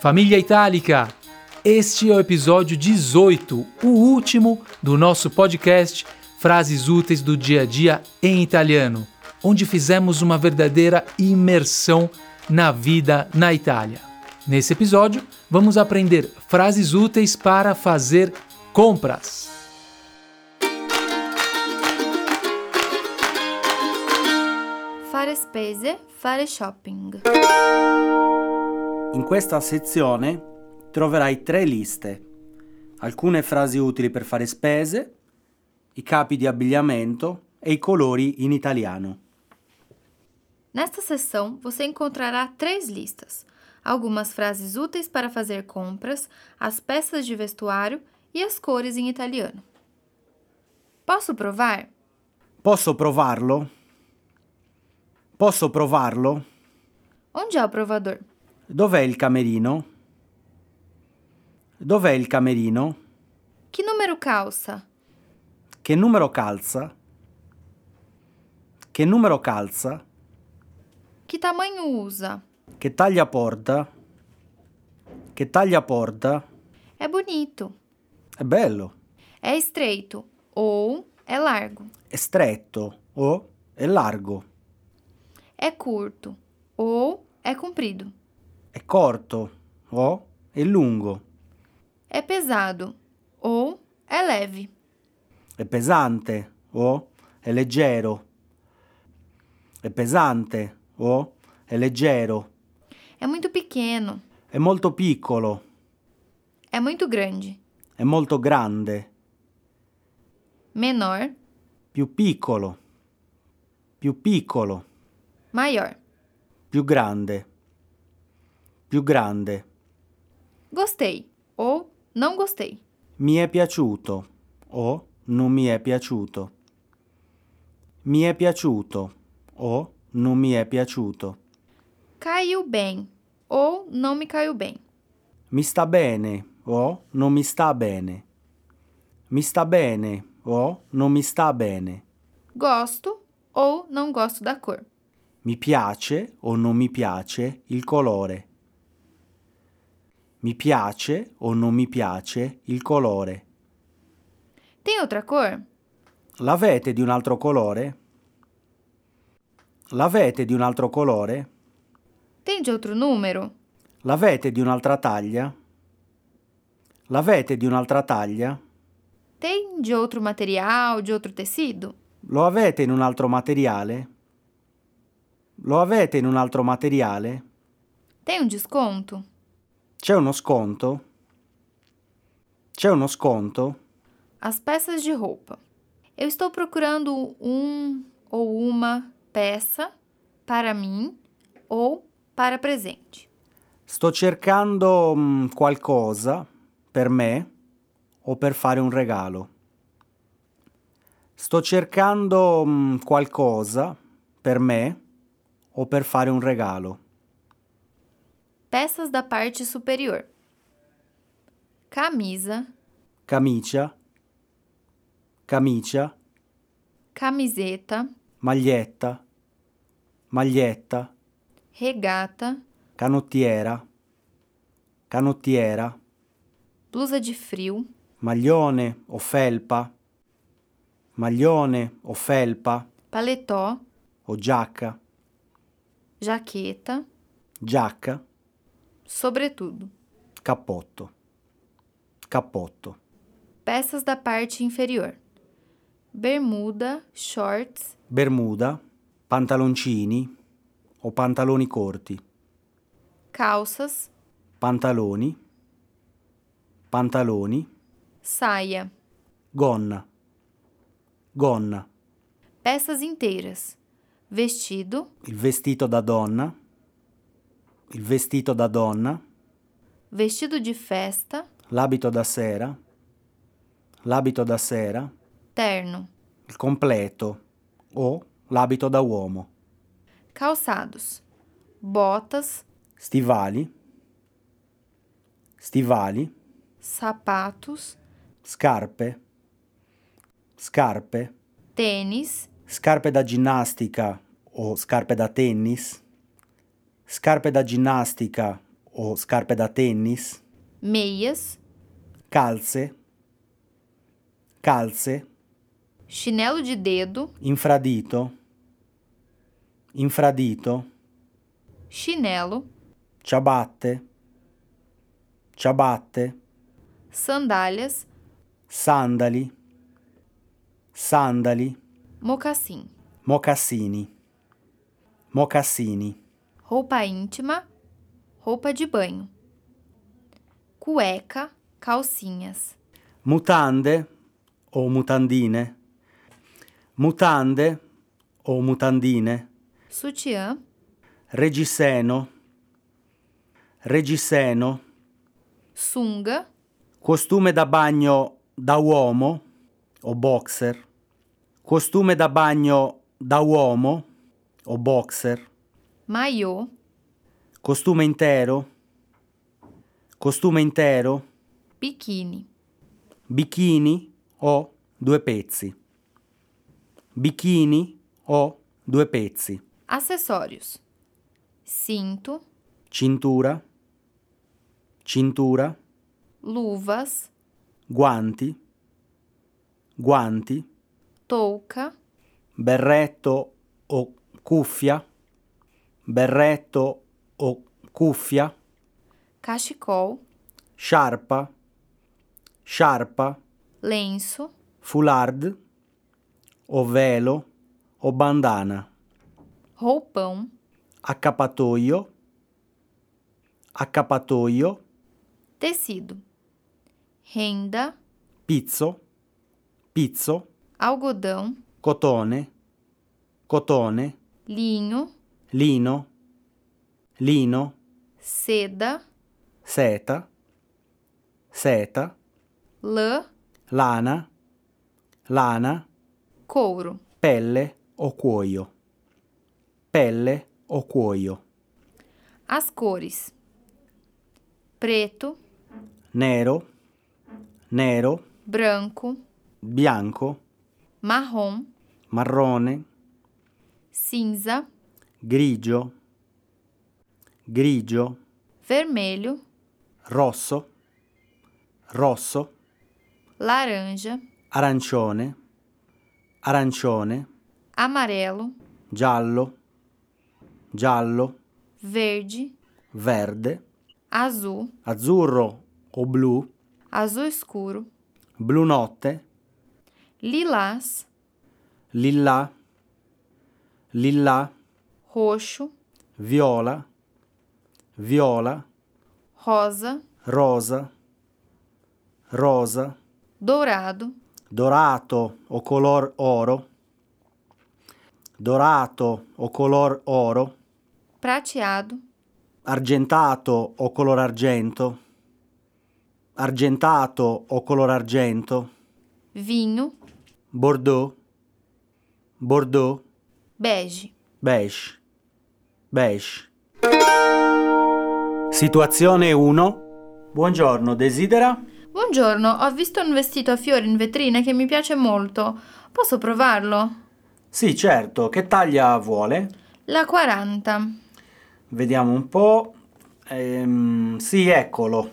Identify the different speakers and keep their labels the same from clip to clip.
Speaker 1: Família Itálica! Este é o episódio 18, o último do nosso podcast Frases Úteis do Dia a Dia em Italiano, onde fizemos uma verdadeira imersão na vida na Itália. Nesse episódio, vamos aprender frases úteis para fazer compras.
Speaker 2: Fare spese, fare shopping.
Speaker 3: In questa sezione troverai tre liste, alcune frasi utili per fare spese, i capi di abbigliamento e i colori in italiano.
Speaker 2: Nesta seção, você encontrará três listas: algumas frases úteis para fazer compras, as peças de vestuário e as cores em italiano. Posso provar?
Speaker 3: Posso provarlo? Posso provarlo?
Speaker 2: Onde é o provador?
Speaker 3: Dov'è il camerino? Dov'è il camerino?
Speaker 2: Que número calça?
Speaker 3: Che numero calza? Che numero calza?
Speaker 2: Que tamanho usa?
Speaker 3: Che taglia porta? Che taglia porta?
Speaker 2: É bonito?
Speaker 3: È bello,
Speaker 2: É estreito ou é largo?
Speaker 3: è stretto o è largo,
Speaker 2: É curto ou é comprido?
Speaker 3: è corto o è lungo,
Speaker 2: É pesado ou é leve?
Speaker 3: è pesante o è leggero. È pesante o è leggero,
Speaker 2: É muito pequeno?
Speaker 3: è molto piccolo,
Speaker 2: É muito grande?
Speaker 3: è molto grande,
Speaker 2: Menor?
Speaker 3: più piccolo, più piccolo,
Speaker 2: Maior?
Speaker 3: più grande, più grande.
Speaker 2: Gostei ou não gostei?
Speaker 3: Mi è piaciuto o non mi è piaciuto. Mi è piaciuto o non mi è piaciuto.
Speaker 2: Caiu bem ou não me caiu bem?
Speaker 3: Mi sta bene o non mi sta bene. Mi sta bene o non mi sta bene.
Speaker 2: Gosto ou não gosto da cor?
Speaker 3: Mi piace o non mi piace il colore. Mi piace o non mi piace il colore.
Speaker 2: Tem outra cor?
Speaker 3: L'avete di un altro colore? L'avete di un altro colore?
Speaker 2: Tem de outro número?
Speaker 3: L'avete di un'altra taglia? L'avete di un'altra taglia?
Speaker 2: Tem de outro material, de outro tecido?
Speaker 3: Lo avete in un altro materiale? Lo avete in un altro materiale?
Speaker 2: Tem um desconto?
Speaker 3: C'è uno sconto? C'è uno sconto?
Speaker 2: As peças de roupa. Eu estou procurando um ou uma peça para mim ou para presente.
Speaker 3: Sto cercando mm, qualcosa per me o per fare un regalo. Sto cercando mm, qualcosa per me o per fare un regalo.
Speaker 2: Peças da parte superior: camisa,
Speaker 3: Camicia, camicia,
Speaker 2: camiseta,
Speaker 3: maglietta, maglietta,
Speaker 2: regata,
Speaker 3: canottiera, canottiera,
Speaker 2: blusa de frio,
Speaker 3: maglione o felpa, maglione o felpa
Speaker 2: paletó,
Speaker 3: o giacca,
Speaker 2: jaqueta,
Speaker 3: giacca,
Speaker 2: sobretudo.
Speaker 3: cappotto, cappotto,
Speaker 2: Peças da parte inferior: bermuda, shorts,
Speaker 3: bermuda, pantaloncini o pantaloni corti,
Speaker 2: calças,
Speaker 3: pantaloni, pantaloni,
Speaker 2: saia.
Speaker 3: gonna, gonna.
Speaker 2: Peças inteiras: vestido,
Speaker 3: Il vestito da donna. Il vestito da donna.
Speaker 2: vestido de festa,
Speaker 3: L'abito da sera. L'abito da sera.
Speaker 2: terno,
Speaker 3: Il completo. O l'abito da uomo.
Speaker 2: calçados, botas,
Speaker 3: Stivali. Stivali.
Speaker 2: sapatos,
Speaker 3: Scarpe. Scarpe.
Speaker 2: tênis,
Speaker 3: Scarpe da ginnastica o scarpe da tennis. Scarpe da ginnastica o scarpe da tennis,
Speaker 2: meias,
Speaker 3: calze, calze,
Speaker 2: chinelo de dedo,
Speaker 3: infradito, infradito,
Speaker 2: chinelo,
Speaker 3: ciabatte, ciabatte,
Speaker 2: sandálias,
Speaker 3: sandali, sandali,
Speaker 2: mocassim,
Speaker 3: mocassini, mocassini,
Speaker 2: roupa íntima, roupa de banho, cueca, calcinhas,
Speaker 3: mutande o mutandine, mutande o mutandine,
Speaker 2: sutiã,
Speaker 3: reggiseno, reggiseno,
Speaker 2: sunga,
Speaker 3: costume da bagno da uomo o boxer, costume da bagno da uomo o boxer,
Speaker 2: maiô,
Speaker 3: costume intero, costume intero,
Speaker 2: biquíni,
Speaker 3: bikini o due pezzi, bikini o due pezzi,
Speaker 2: acessórios, cinto,
Speaker 3: cintura, cintura,
Speaker 2: luvas,
Speaker 3: guanti, guanti,
Speaker 2: touca,
Speaker 3: berretto o cuffia, berretto o cuffia,
Speaker 2: cachecol,
Speaker 3: sciarpa, sciarpa,
Speaker 2: lenço,
Speaker 3: foulard o velo o bandana,
Speaker 2: roupão,
Speaker 3: accappatoio, accappatoio,
Speaker 2: tecido, renda,
Speaker 3: pizzo, pizzo,
Speaker 2: algodão,
Speaker 3: cotone, cotone,
Speaker 2: linho,
Speaker 3: lino, lino,
Speaker 2: seda,
Speaker 3: seta, seta,
Speaker 2: lã,
Speaker 3: lana, lana,
Speaker 2: couro,
Speaker 3: pelle o cuoio. Pelle o cuoio.
Speaker 2: as cores: preto,
Speaker 3: Nero, nero,
Speaker 2: branco,
Speaker 3: bianco,
Speaker 2: marrom,
Speaker 3: marrone,
Speaker 2: cinza,
Speaker 3: grigio, grigio,
Speaker 2: vermelho,
Speaker 3: rosso, rosso,
Speaker 2: laranja,
Speaker 3: arancione, arancione,
Speaker 2: amarelo,
Speaker 3: giallo, giallo,
Speaker 2: verde,
Speaker 3: verde,
Speaker 2: azul,
Speaker 3: azzurro o blu,
Speaker 2: azul escuro,
Speaker 3: blu notte,
Speaker 2: lilás,
Speaker 3: lilla, lilla,
Speaker 2: roxo,
Speaker 3: viola, viola,
Speaker 2: rosa,
Speaker 3: rosa, rosa,
Speaker 2: dourado,
Speaker 3: dorato o color oro, dorato o color oro,
Speaker 2: prateado,
Speaker 3: argentato o color argento, argentato o color argento,
Speaker 2: vinho,
Speaker 3: bordeaux, bordeaux,
Speaker 2: bege.
Speaker 3: beige, beige. Situazione 1. Buongiorno, desidera?
Speaker 2: Buongiorno, ho visto un vestito a fiori in vetrina che mi piace molto. Posso provarlo?
Speaker 3: Sì, certo, che taglia vuole?
Speaker 2: La 40.
Speaker 3: Vediamo un po'. Ehm, sì, eccolo.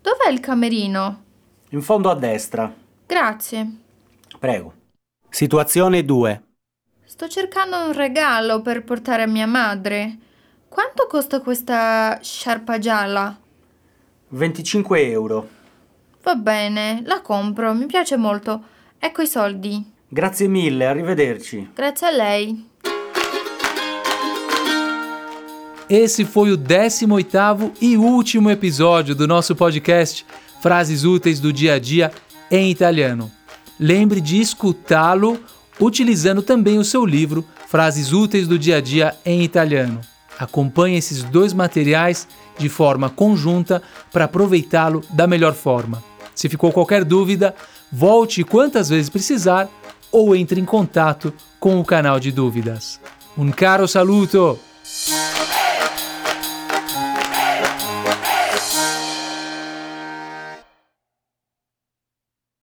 Speaker 2: Dov'è il camerino?
Speaker 3: In fondo a destra.
Speaker 2: Grazie.
Speaker 3: Prego. Situazione 2.
Speaker 2: Sto cercando un regalo per portare a mia madre. Quanto costa questa sciarpa gialla?
Speaker 3: 25 euro.
Speaker 2: Va bene, la compro, mi piace molto. Ecco i soldi.
Speaker 3: Grazie mille, arrivederci.
Speaker 2: Grazie a lei.
Speaker 1: Esse foi o 18º e último episódio do nosso podcast Frases Úteis do Dia a Dia em Italiano. Lembre de escutá-lo utilizando também o seu livro Frases Úteis do Dia a Dia em Italiano. Acompanhe esses dois materiais de forma conjunta para aproveitá-lo da melhor forma. Se ficou qualquer dúvida, volte quantas vezes precisar ou entre em contato com o canal de dúvidas. Um caro saluto!